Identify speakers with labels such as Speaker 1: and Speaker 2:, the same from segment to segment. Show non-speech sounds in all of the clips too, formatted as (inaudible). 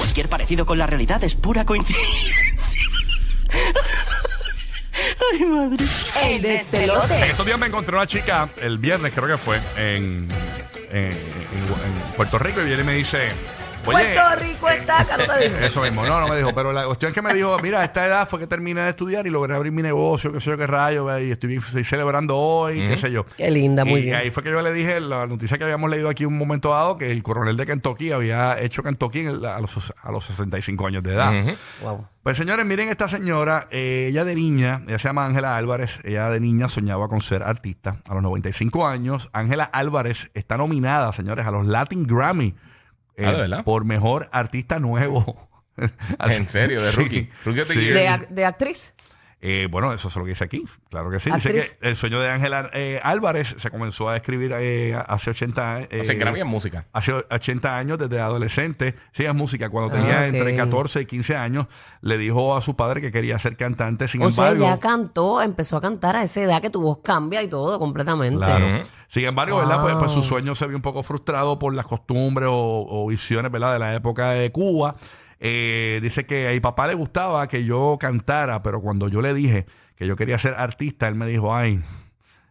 Speaker 1: Cualquier parecido con la realidad es pura coincidencia. Ay, madre.
Speaker 2: El despelote.
Speaker 3: Estos días me encontré una chica, el viernes creo que fue, en, en- en- en Puerto Rico, y viene y me dice... Oye,
Speaker 2: Puerto Rico está, Carlos te dijo.
Speaker 3: eso mismo, no, no me dijo, pero la cuestión es que me dijo, mira, a esta edad fue que terminé de estudiar y logré abrir mi negocio, qué sé yo, qué rayo, y estoy, estoy celebrando hoy, qué sé yo.
Speaker 4: Qué linda, muy
Speaker 3: y
Speaker 4: bien.
Speaker 3: ahí fue que yo le dije la noticia que habíamos leído aquí un momento dado, que el coronel de Kentucky había hecho Kentucky en el- a, los, a los 65 años de edad.
Speaker 4: Wow.
Speaker 3: Pues señores, miren esta señora, eh, ella de niña, ella se llama Ángela Álvarez, ella de niña soñaba con ser artista a los 95 años. Ángela Álvarez está nominada, señores, a los Latin Grammy eh,
Speaker 5: Ah, ¿de verdad?
Speaker 3: por mejor artista nuevo. Así-
Speaker 5: En
Speaker 3: (laughs)
Speaker 5: serio, de rookie. Rookie of the year.
Speaker 2: De, ac- de actriz.
Speaker 3: Eh, bueno, eso es lo que dice aquí, claro que sí. Dice
Speaker 2: Actriz.
Speaker 3: que el sueño de Ángela eh, Álvarez se comenzó a escribir eh, hace 80 eh,
Speaker 5: O sea, Grammy en música.
Speaker 3: hace 80 años, desde adolescente, sí, es música. Cuando tenía
Speaker 4: Ah, ok.
Speaker 3: entre 14 y 15 años, le dijo a su padre que quería ser cantante. Sin
Speaker 4: O sea,
Speaker 3: embargo,
Speaker 4: ya cantó, empezó a cantar a esa edad que tu voz cambia y todo completamente.
Speaker 3: Claro.
Speaker 5: Ujú.
Speaker 3: Sin embargo, ¿verdad? Pues,
Speaker 4: Wow.
Speaker 3: pues su sueño se vio un poco frustrado por las costumbres o, o visiones, ¿verdad? De la época de Cuba. Eh, dice que a mi papá le gustaba que yo cantara, pero cuando yo le dije que yo quería ser artista, él me dijo, ay,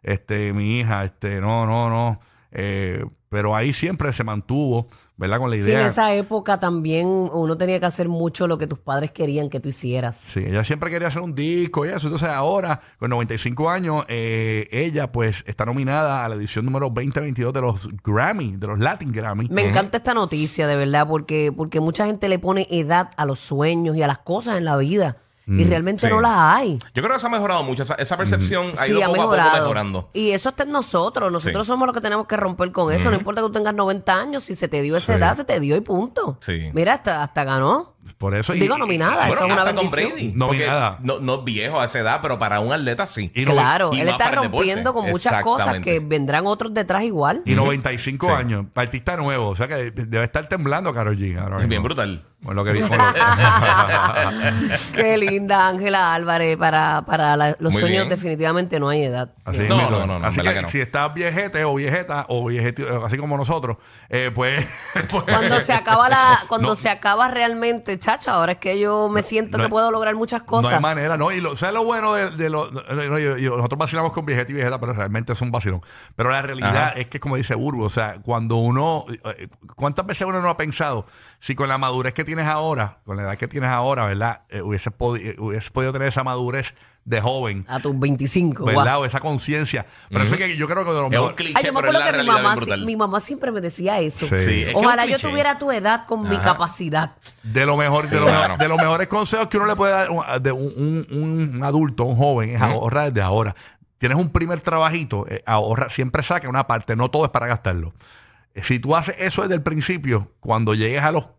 Speaker 3: este, mi hija, este, no, no, no. Eh, pero ahí siempre se mantuvo, ¿verdad? Con la idea.
Speaker 4: Sí, en esa época también uno tenía que hacer mucho lo que tus padres querían que tú hicieras.
Speaker 3: Sí, ella siempre quería hacer un disco y eso. Entonces ahora, con 95 años, eh, ella pues está nominada a la edición número 2022 de los Grammy, de los Latin Grammy.
Speaker 4: Me encanta esta noticia, de verdad, porque, porque mucha gente le pone edad a los sueños y a las cosas en la vida.
Speaker 3: Mm,
Speaker 4: y realmente
Speaker 5: sí.
Speaker 4: no las hay.
Speaker 5: Yo creo que eso ha mejorado mucho. Esa, esa percepción ha ido
Speaker 4: Sí, ha
Speaker 5: poco a poco
Speaker 4: mejorado.
Speaker 5: mejorando.
Speaker 4: Y eso está en nosotros. Nosotros
Speaker 5: Sí.
Speaker 4: somos los que tenemos que romper con eso. No importa que tú tengas 90 años, si se te dio esa
Speaker 3: Sí.
Speaker 4: edad, se te dio y punto.
Speaker 5: Sí.
Speaker 4: Mira, hasta, hasta ganó.
Speaker 3: Por eso. y-
Speaker 4: Digo nominada,
Speaker 5: Bueno,
Speaker 4: ah, eso es una
Speaker 5: hasta Tom
Speaker 4: bendición.
Speaker 5: Brady,
Speaker 3: No
Speaker 5: porque
Speaker 3: nominada.
Speaker 5: No, no es viejo a esa edad, pero para un atleta sí.
Speaker 3: Y, no-
Speaker 4: Claro,
Speaker 5: y
Speaker 4: él
Speaker 5: más
Speaker 4: está
Speaker 5: para el deporte.
Speaker 4: rompiendo con muchas cosas
Speaker 5: Exactamente.
Speaker 4: que vendrán otros detrás
Speaker 5: (laughs)
Speaker 4: igual.
Speaker 3: y 95
Speaker 5: Sí.
Speaker 3: años, artista nuevo. O sea que de- debe estar temblando Karol G. ahora
Speaker 5: Es bien
Speaker 3: mismo.
Speaker 5: brutal.
Speaker 3: Con lo que
Speaker 5: (laughs)
Speaker 3: vi- con lo-
Speaker 4: Qué linda Ángela Álvarez para, para la- los
Speaker 5: Muy
Speaker 4: sueños
Speaker 5: bien.
Speaker 4: definitivamente no hay
Speaker 5: (laughs)
Speaker 4: edad.
Speaker 3: Así
Speaker 5: No,
Speaker 3: mismo.
Speaker 5: no, no, no,
Speaker 3: Así
Speaker 5: verdad
Speaker 3: que,
Speaker 5: que no.
Speaker 3: si estás viejete o viejeta o viejete, así como nosotros, eh, pues, (laughs) pues-
Speaker 4: Cuando se acaba la, cuando
Speaker 3: No.
Speaker 4: se acaba realmente, chacho, ahora es que yo me siento
Speaker 3: no
Speaker 4: que
Speaker 3: hay-
Speaker 4: puedo lograr muchas
Speaker 3: No hay
Speaker 4: cosas.
Speaker 3: manera, no. Y lo, ¿sabes lo bueno de, de lo- no, no, yo- yo- nosotros vacilamos con viejeta y viejeta, pero realmente es un vacilón. Pero la realidad
Speaker 5: Ajá.
Speaker 3: es que, como dice Burgo, o sea, cuando uno. eh, ¿Cuántas veces uno no ha pensado si con la madurez que tienes ahora, con la edad que tienes ahora, ¿verdad? Eh, hubieses, podi- eh, hubieses podido tener esa madurez de joven,
Speaker 4: a tus 25. guau.
Speaker 3: ¿verdad? O esa conciencia. Pero eso es que yo creo que de lo
Speaker 5: Es un
Speaker 3: mejor.
Speaker 5: cliché,
Speaker 4: Ay, yo me
Speaker 5: pero es
Speaker 4: acuerdo
Speaker 5: la
Speaker 4: que mi
Speaker 5: realidad
Speaker 4: mamá,
Speaker 5: bien
Speaker 4: si-
Speaker 5: brutal.
Speaker 4: mi mamá siempre me decía eso.
Speaker 3: Sí.
Speaker 5: Sí, es que es un
Speaker 4: Ojalá yo
Speaker 5: cliché.
Speaker 4: tuviera tu edad con mi
Speaker 5: Ajá.
Speaker 4: capacidad.
Speaker 3: De lo mejor, de, lo
Speaker 5: claro.
Speaker 3: mejor- de los mejores consejos que uno le puede dar un- de un, un- un adulto, un joven, es ahorra desde ahora. Tienes un primer trabajito, eh, ahorra, siempre saca una parte, no todo es para gastarlo. Eh, Si tú haces eso desde el principio, cuando llegues a los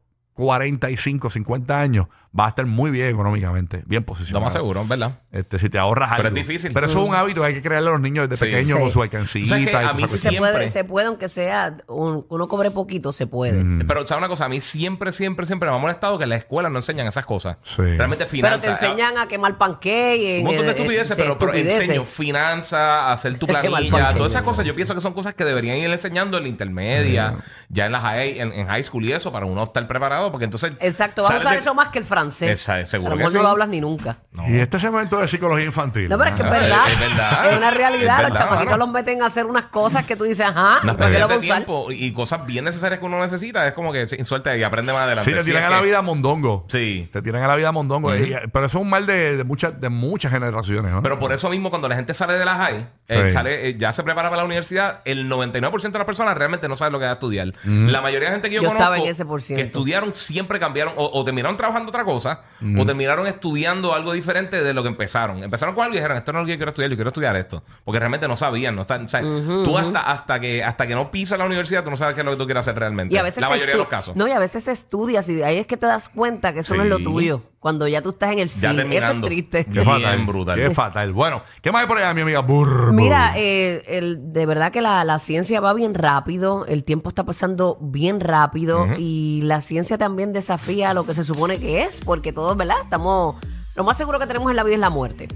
Speaker 3: 45, 50 años, vas a estar muy bien económicamente, bien
Speaker 5: Lo
Speaker 3: posicionado.
Speaker 5: más seguro, ¿verdad?
Speaker 3: Este, si te ahorras
Speaker 5: Pero
Speaker 3: algo.
Speaker 5: es difícil.
Speaker 3: Pero eso es un hábito que hay que crearle a los niños desde
Speaker 5: Sí.
Speaker 3: pequeños
Speaker 4: Sí.
Speaker 3: con su
Speaker 5: O sea,
Speaker 3: alcancita.
Speaker 5: es
Speaker 3: y
Speaker 5: que
Speaker 3: toda
Speaker 5: a
Speaker 3: esa
Speaker 5: mí
Speaker 4: Se
Speaker 3: cuestión.
Speaker 5: Pues Siempre.
Speaker 4: puede, se puede, aunque sea un- uno cobre poquito, se puede.
Speaker 3: Mm.
Speaker 5: Pero, ¿sabes una cosa? A mí siempre, siempre, siempre me ha molestado que en la escuela no enseñan esas cosas.
Speaker 3: Sí.
Speaker 5: Realmente
Speaker 4: Pero
Speaker 5: finanzas.
Speaker 4: te enseñan a quemar panqueques.
Speaker 5: ah, Un montón de
Speaker 4: eh,
Speaker 5: estupideces,
Speaker 4: eh,
Speaker 5: pero, pero
Speaker 4: estupideces.
Speaker 5: enseño finanzas, hacer tu
Speaker 4: Qué mal
Speaker 5: planilla,
Speaker 4: porquería.
Speaker 5: todas esas cosas. Yo pienso que son cosas que deberían ir enseñando en la intermedia, ya en la high, en, en high school y eso, para uno estar preparado, porque entonces.
Speaker 4: Exacto, vas a
Speaker 5: sales
Speaker 4: usar
Speaker 5: de-
Speaker 4: eso más que el francés.
Speaker 5: Esa- eh, seguro
Speaker 4: a lo
Speaker 5: que
Speaker 4: mejor no
Speaker 5: sí.
Speaker 4: lo hablas ni nunca.
Speaker 5: No.
Speaker 3: Y este segmento de psicología infantil.
Speaker 4: No, pero es que es
Speaker 3: ¿no?
Speaker 5: Ah,
Speaker 4: verdad.
Speaker 5: es verdad.
Speaker 4: Es una realidad.
Speaker 5: Es
Speaker 4: los
Speaker 5: verdad,
Speaker 4: chamaquitos
Speaker 5: mano.
Speaker 4: los meten a hacer unas cosas que tú dices, ajá,
Speaker 5: Las
Speaker 4: ¿y ¿para qué lo
Speaker 5: pérdidas
Speaker 4: voy
Speaker 5: de
Speaker 4: a usar?
Speaker 5: tiempo y y cosas bien necesarias que uno necesita es como que sí, suelta y aprende más adelante.
Speaker 3: Sí, te
Speaker 5: Si
Speaker 3: tiran
Speaker 5: es
Speaker 3: a la
Speaker 5: que-
Speaker 3: vida mondongo.
Speaker 5: Sí.
Speaker 3: Te tiran a la vida mondongo. Y- pero eso es un mal de, de muchas, de muchas generaciones, ¿no?
Speaker 5: Pero por eso mismo, cuando la gente sale de la high, eh,
Speaker 3: Sí.
Speaker 5: sale, eh, ya se prepara para la universidad, el 99% de las personas realmente no Mm. sabe lo que va a estudiar. La mayoría de gente que yo,
Speaker 4: Yo
Speaker 5: conozco
Speaker 4: estaba en ese por ciento.
Speaker 5: que estudiaron siempre cambiaron o, o terminaron trabajando otra cosa o terminaron estudiando algo diferente de lo que empezaron. Empezaron con algo y dijeron, esto no es lo que yo quiero estudiar, yo quiero estudiar esto. Porque realmente no sabían, no están, o sea, tú hasta, hasta que hasta que no pisas la universidad, tú no sabes qué es lo que tú quieres hacer realmente.
Speaker 4: Y a veces
Speaker 5: la
Speaker 4: se
Speaker 5: mayoría de los
Speaker 4: estu-
Speaker 5: casos.
Speaker 4: No, y a veces se estudias y ahí es que te das cuenta que eso no es lo
Speaker 5: Sí.
Speaker 4: tuyo. Cuando ya tú estás en el
Speaker 5: Ya
Speaker 4: fin. Eso es
Speaker 5: terminando.
Speaker 4: triste.
Speaker 5: Bien brutal.
Speaker 3: Qué fatal. Bueno, ¿qué más hay por allá, mi amiga? Burr,
Speaker 4: Mira,
Speaker 3: burr.
Speaker 4: eh, el- de verdad que la, la ciencia va bien rápido, el tiempo está pasando bien rápido y la ciencia también desafía lo que se supone que es, porque todos, ¿verdad? Estamos, lo más seguro que tenemos en la vida es la muerte.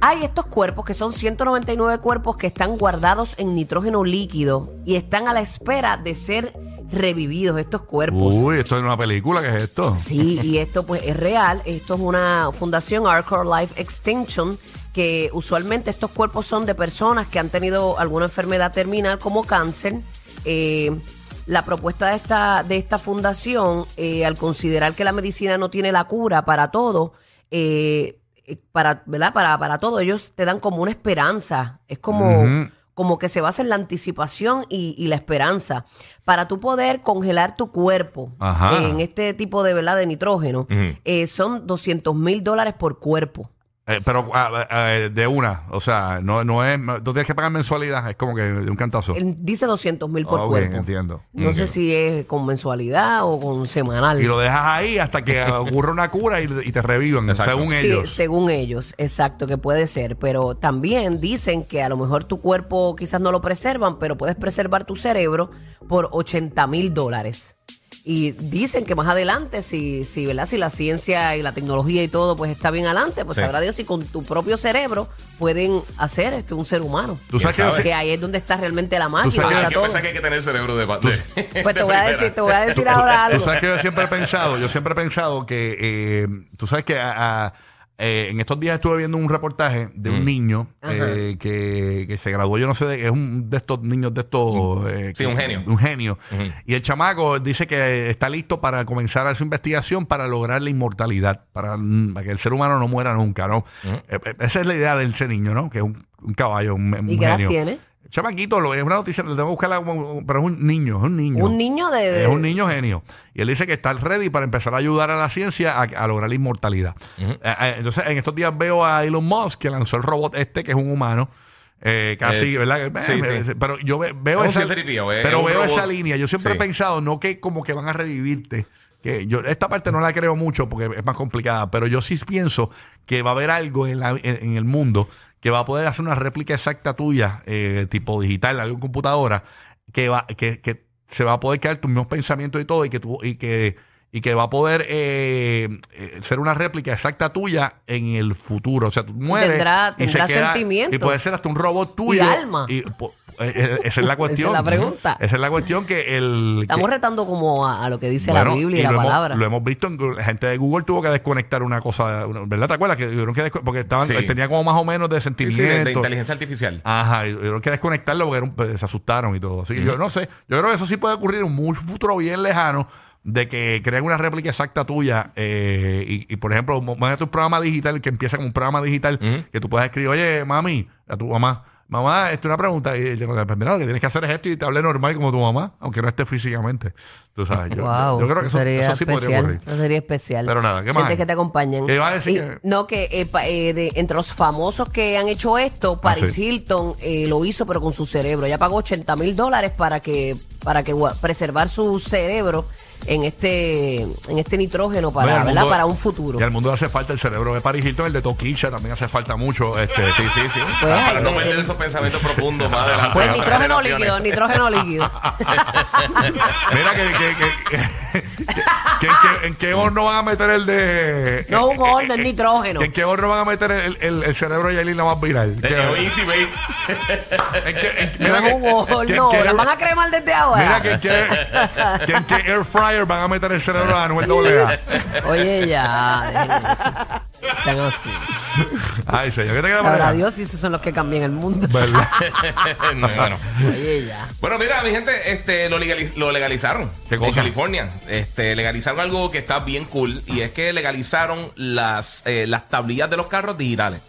Speaker 4: Hay estos cuerpos que son 199 cuerpos que están guardados en nitrógeno líquido y están a la espera de ser revividos estos cuerpos.
Speaker 3: Uy, esto es una película, ¿qué es esto?
Speaker 4: pues, (laughs) Sí, y esto pues es real. Esto es una fundación, Arcor Life Extinction, que usualmente estos cuerpos son de personas que han tenido alguna enfermedad terminal como cáncer. Eh, la propuesta de esta, de esta fundación, eh, al considerar que la medicina no tiene la cura para todo, eh, eh, para, ¿verdad? Para, para todo, ellos te dan como una esperanza. Es como
Speaker 3: Ujú.
Speaker 4: como que se basa en la anticipación y, y la esperanza para tú poder congelar tu cuerpo
Speaker 3: Ajá.
Speaker 4: en este tipo de verdad de nitrógeno
Speaker 5: Ujú.
Speaker 4: eh, son 200 mil dólares por cuerpo
Speaker 3: Eh, pero ah, ah, eh, de una, o sea, no, no es, no, tú tienes que pagar mensualidad, es como que de un cantazo.
Speaker 4: Él dice 200 mil por
Speaker 3: Ah, ok,
Speaker 4: cuerpo
Speaker 3: entiendo.
Speaker 4: no sé si es con mensualidad o con semanal
Speaker 3: Y lo dejas ahí hasta
Speaker 5: (laughs)
Speaker 3: que ocurra una cura y, y te revivan,
Speaker 5: Exacto.
Speaker 3: según
Speaker 4: Sí,
Speaker 3: ellos.
Speaker 4: según ellos, exacto, que puede ser. Pero también dicen que a lo mejor tu cuerpo quizás no lo preservan, pero puedes preservar tu cerebro por 80 mil dólares. Y dicen que más adelante, si, si, ¿verdad? si la ciencia y la tecnología y todo pues está bien adelante, pues
Speaker 5: Sí.
Speaker 4: sabrá Dios si con tu propio cerebro pueden hacer este un ser humano.
Speaker 3: Tú sabes que yo
Speaker 5: ¿Quién sabe?
Speaker 4: Porque ahí es donde está realmente la
Speaker 3: sabes
Speaker 4: máquina,
Speaker 3: que-
Speaker 4: está
Speaker 5: Hay que
Speaker 4: todo.
Speaker 5: pensar que hay que tener cerebro (laughs) de, de-
Speaker 4: Pues
Speaker 3: (laughs)
Speaker 4: te
Speaker 5: de
Speaker 4: voy a
Speaker 5: primera.
Speaker 4: decir, te voy a decir ahora
Speaker 3: Tú
Speaker 4: algo.
Speaker 3: sabes que yo siempre he pensado, yo siempre he pensado que, eh, tú sabes que a- a- eh, en estos días estuve viendo un reportaje de
Speaker 5: Mm.
Speaker 3: un niño eh, que, que se graduó, yo no sé, de- es un de estos niños de estos... eh,
Speaker 5: Mm. Sí,
Speaker 3: que-
Speaker 5: un genio.
Speaker 3: Un genio.
Speaker 5: Ujú.
Speaker 3: Y el chamaco dice que está listo para comenzar a su investigación para lograr la inmortalidad, para, mm, para que el ser humano no muera nunca, ¿no? Eh, eh, Esa es la idea de ese niño, ¿no? Que es un, un caballo, un, un
Speaker 4: ¿Y qué edad
Speaker 3: genio.
Speaker 4: tiene?
Speaker 3: Chamaquito, lo, es una noticia, le tengo que buscarla, como- pero es un niño, es un niño.
Speaker 4: Un niño de... de-
Speaker 3: Es un niño genio. Y él dice que está ready para empezar a ayudar a la ciencia a, a lograr la inmortalidad. Eh, eh, entonces, en estos días veo a Elon Musk que lanzó el robot este, que es un humano. eh, casi,
Speaker 5: Eh,
Speaker 3: ¿verdad? Eh,
Speaker 5: sí,
Speaker 3: eh,
Speaker 5: sí.
Speaker 3: Pero yo ve- veo
Speaker 5: Es un
Speaker 3: esa,
Speaker 5: C-3PO, eh,
Speaker 3: pero
Speaker 5: es un
Speaker 3: veo
Speaker 5: robot.
Speaker 3: esa línea. Yo siempre he
Speaker 5: Sí.
Speaker 3: pensado, no que como que van a revivirte. Que yo, esta parte no la creo mucho porque es más complicada, pero yo sí pienso que va a haber algo en, la- en- en el mundo que va a poder hacer una réplica exacta tuya, eh, tipo digital, algo en computadora, que va, que, que se va a poder quedar tus mismos pensamientos y todo, y que tú, y que, y que va a poder eh, eh, ser una réplica exacta tuya en el futuro. O sea, tú mueres
Speaker 4: Tendrá-
Speaker 3: y se
Speaker 4: tendrá
Speaker 3: queda- Y
Speaker 4: sentimientos.
Speaker 3: puede ser hasta un robot tuyo.
Speaker 4: alma.
Speaker 3: y, po- eh, eh, esa es la cuestión.
Speaker 4: (laughs) Esa es la pregunta.
Speaker 3: Esa es la cuestión que el. que-
Speaker 4: Estamos retando como a, a lo que dice la
Speaker 3: bueno,
Speaker 4: Biblia y, la
Speaker 3: lo hemos-
Speaker 4: palabra.
Speaker 3: lo hemos visto, en, Google. la gente de Google tuvo que desconectar una cosa, una- ¿verdad? ¿Te acuerdas? que tuvieron que desco- Porque estaban,
Speaker 5: Sí.
Speaker 3: tenía como más o menos de
Speaker 5: Sí, sí, de, de
Speaker 3: sentimiento.
Speaker 5: inteligencia artificial.
Speaker 3: Ajá, y tuvieron que desconectarlo porque era un- pues, se asustaron y todo. Así que yo no sé, yo creo que eso sí puede ocurrir en un futuro bien lejano de que creen una réplica exacta tuya eh, y, y, por ejemplo, mo- imagínate un programa digital que empieza como un programa digital
Speaker 5: Ujú.
Speaker 3: que tú puedas escribir, oye, mami, a tu mamá, mamá, esto es una pregunta y te contesta, "Pues mira, lo que tienes que hacer es esto y te hable normal como tu mamá, aunque no esté físicamente. Tú sabes, yo,
Speaker 4: Wow,
Speaker 3: yo creo que eso,
Speaker 4: sería
Speaker 3: eso sí podría
Speaker 4: especial,
Speaker 3: ocurrir.
Speaker 4: eso sería especial.
Speaker 3: Pero nada, ¿qué más
Speaker 4: Sientes
Speaker 3: hay?
Speaker 4: que te acompañan.
Speaker 3: ¿Qué iba a decir
Speaker 4: Y-
Speaker 3: que-
Speaker 4: No, que eh, pa- eh, de- entre los famosos que han hecho esto, Paris
Speaker 3: Ah, sí.
Speaker 4: Hilton eh, lo hizo, pero con su cerebro. Ella pagó 80 mil dólares para que para que gua- preservar su cerebro en este en este nitrógeno para
Speaker 3: No, y al
Speaker 4: ¿verdad?
Speaker 3: mundo-
Speaker 4: para un futuro.
Speaker 3: Y al mundo le hace falta el cerebro de Paris Hilton, el de Toquicha también hace falta mucho. Este, sí, sí, sí.
Speaker 4: Pues,
Speaker 5: Ah, para
Speaker 4: ay,
Speaker 5: no
Speaker 4: eh,
Speaker 5: perder
Speaker 4: eh,
Speaker 5: esos pensamientos profundos más adelante.
Speaker 3: (laughs)
Speaker 4: pues
Speaker 5: en otras
Speaker 4: nitrógeno
Speaker 5: generaciones.
Speaker 4: líquido, nitrógeno líquido.
Speaker 3: Mira que, que, que- que- que- que- en qué horno van a meter el de.
Speaker 4: No un horno, es nitrógeno.
Speaker 3: que ¿En qué horno van a meter el, el, el cerebro de Yailin la más viral?
Speaker 5: Eh,
Speaker 3: Que-
Speaker 5: eh, oye, Easy Bake.
Speaker 3: en que- en-
Speaker 4: No
Speaker 3: mira
Speaker 4: es
Speaker 3: que-
Speaker 4: un
Speaker 3: que-
Speaker 4: horno,
Speaker 3: que-
Speaker 4: lo van a cremar desde
Speaker 3: Mira
Speaker 4: ahora.
Speaker 3: que, que- que en qué air fryer van a meter el cerebro de Anuel Doblea.
Speaker 4: Oye, ya, dejen eso. Sean así.
Speaker 3: Ay, señor, ¿qué te queda para
Speaker 4: Sabrá
Speaker 3: allá?
Speaker 4: Dios si esos son los que cambian el mundo.
Speaker 3: ¿Verdad?
Speaker 5: (laughs) No, bueno.
Speaker 4: Oye, ya.
Speaker 5: Bueno, mira, mi gente, este, lo, legaliz- lo legalizaron
Speaker 3: ¿Qué cosa?
Speaker 5: en California. Este, legalizaron algo que está bien cool y es que legalizaron las, eh, las tablillas de los carros digitales.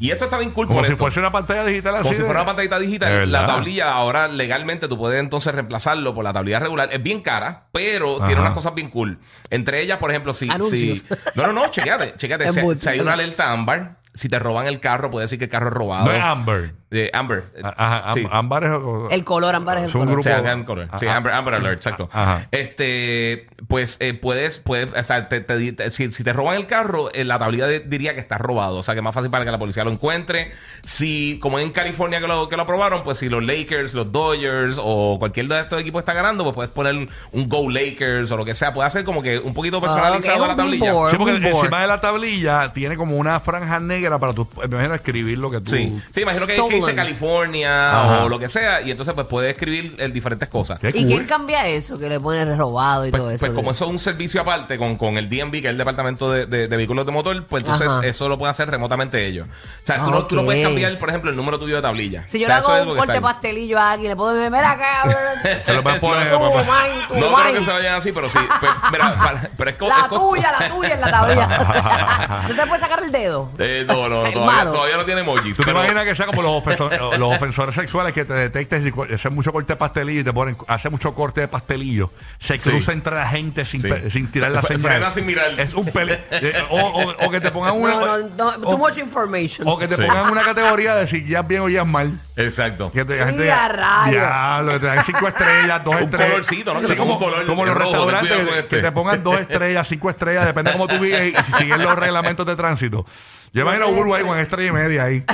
Speaker 5: Y esto está bien cool
Speaker 3: Como
Speaker 5: por
Speaker 3: si
Speaker 5: esto.
Speaker 3: fuese una pantalla digital así.
Speaker 5: Como si
Speaker 3: de-
Speaker 5: fuera una pantallita
Speaker 3: De
Speaker 5: digital,
Speaker 3: verdad.
Speaker 5: la tablilla ahora legalmente tú puedes entonces reemplazarlo por la tablilla regular. Es bien cara, pero tiene
Speaker 3: Ajá.
Speaker 5: unas cosas bien cool. Entre ellas, por ejemplo, si...
Speaker 4: Anuncios.
Speaker 5: si- no, no, no, chequéate,
Speaker 4: (laughs)
Speaker 5: chequéate. si,
Speaker 4: Embuste,
Speaker 5: si hay una
Speaker 4: ¿verdad?
Speaker 5: alerta ámbar, si te roban el carro, puede decir que el carro es robado.
Speaker 3: No es Amber.
Speaker 5: Eh, Amber. eh,
Speaker 3: Ajá,
Speaker 5: sí.
Speaker 3: Ah, am- Amber es- o-
Speaker 4: El color ámbar es el
Speaker 3: Son
Speaker 4: color.
Speaker 3: grupos-
Speaker 5: Sí,
Speaker 3: grupo-
Speaker 5: Amber Alert. Sí,
Speaker 3: Ah,
Speaker 5: Amber, Amber Alert, exacto.
Speaker 3: Ajá.
Speaker 5: Este, pues eh, puedes, puedes, o sea, te- te di- te- si, si te roban el carro, eh, la tablilla de- diría que está robado. O sea, que es más fácil para que la policía lo encuentre. Si, como en California que lo, que lo aprobaron, pues si los Lakers, los Dodgers o cualquier de estos equipos está ganando, pues puedes poner un Go Lakers o lo que sea. Puedes hacer como que un poquito personalizado
Speaker 4: Ah, ok,
Speaker 5: la
Speaker 4: un
Speaker 5: tablilla.
Speaker 4: billboard.
Speaker 3: Sí, porque
Speaker 4: un board.
Speaker 3: encima de la tablilla tiene como una franja negra para tú, me imagino, escribir lo que tú.
Speaker 5: Sí, sí, imagino que, que dice
Speaker 4: Stolen.
Speaker 5: California
Speaker 3: Ajá.
Speaker 5: o lo que sea, y entonces pues puedes escribir eh, diferentes cosas.
Speaker 3: Qué
Speaker 4: ¿Y
Speaker 3: cool.
Speaker 4: quién cambia eso? Que le ponen robado y
Speaker 5: Pues,
Speaker 4: todo eso.
Speaker 5: pues como eso es un servicio aparte con, con el DMV, que es el departamento de, de- de vehículos de motor, pues entonces
Speaker 4: Ajá. Ah,
Speaker 5: eso lo pueden hacer remotamente ellos. O sea, tú, no, tú no
Speaker 4: Ok.
Speaker 5: puedes cambiar, por ejemplo, el número tuyo de tablilla.
Speaker 4: Si yo
Speaker 5: O sea,
Speaker 4: le
Speaker 5: eso es
Speaker 4: hago
Speaker 5: lo
Speaker 4: un
Speaker 5: que
Speaker 4: corte
Speaker 5: está ahí.
Speaker 4: pastelillo a alguien, le puedo decir, mira acá,
Speaker 3: (laughs)
Speaker 4: bro".
Speaker 3: Se lo
Speaker 5: (laughs)
Speaker 3: pueden poner,
Speaker 4: No,
Speaker 3: papá.
Speaker 4: man, tú,
Speaker 5: No
Speaker 4: man.
Speaker 5: creo que se vayan así, pero sí. Pues, mira, (laughs) para- pero es co- es
Speaker 4: La
Speaker 5: co-
Speaker 4: tuya, la tuya en la tablilla. (laughs) no se le puede sacar el dedo.
Speaker 5: Eh, no, no, no,
Speaker 4: Es
Speaker 5: todavía,
Speaker 4: malo.
Speaker 5: todavía no tiene emojis.
Speaker 3: ¿Tú te
Speaker 5: pero-
Speaker 3: imaginas que sea como los,
Speaker 5: (laughs)
Speaker 3: ofenso- los ofensores sexuales que te detectes y co- hacen mucho corte de pastelillo y te ponen, hacen mucho corte de pastelillo? Se
Speaker 5: Sí.
Speaker 3: cruza entre la gente sin,
Speaker 5: Sí.
Speaker 3: pe- sin tirar la
Speaker 5: Fre-
Speaker 3: señal.
Speaker 5: frena sin mirar.
Speaker 3: Es un peli. eh, o, o- o que te pongan una.
Speaker 4: No, no, no,
Speaker 3: o-
Speaker 4: too much information.
Speaker 3: o que te
Speaker 5: Sí.
Speaker 3: pongan una categoría de si ya es bien o ya es mal.
Speaker 5: Exacto.
Speaker 3: Que te,
Speaker 4: ¡Y a rayos!
Speaker 3: Diablo, que te dan cinco estrellas, dos
Speaker 5: Un
Speaker 3: estrellas.
Speaker 5: colorcito, ¿no? Que
Speaker 3: Sí,
Speaker 5: te ponga
Speaker 3: como,
Speaker 5: un color
Speaker 3: como los
Speaker 5: rojo, ten
Speaker 3: restaurantes
Speaker 5: cuidado con
Speaker 3: que-
Speaker 5: este.
Speaker 3: que te pongan dos estrellas, cinco estrellas, depende de cómo tú vives y si sigues los reglamentos de tránsito. Yo imagino a Uruguay con estrella y media ahí.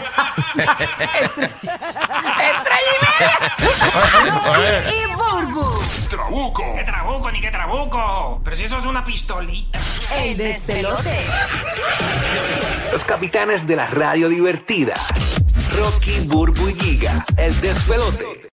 Speaker 6: y Burbu,
Speaker 7: ¡Trabuco!
Speaker 1: ¡Qué trabuco, ni qué trabuco! Pero si eso es una pistolita.
Speaker 6: el despelote.
Speaker 7: Los capitanes de la radio divertida. Rocky, Burbu y Giga. El despelote.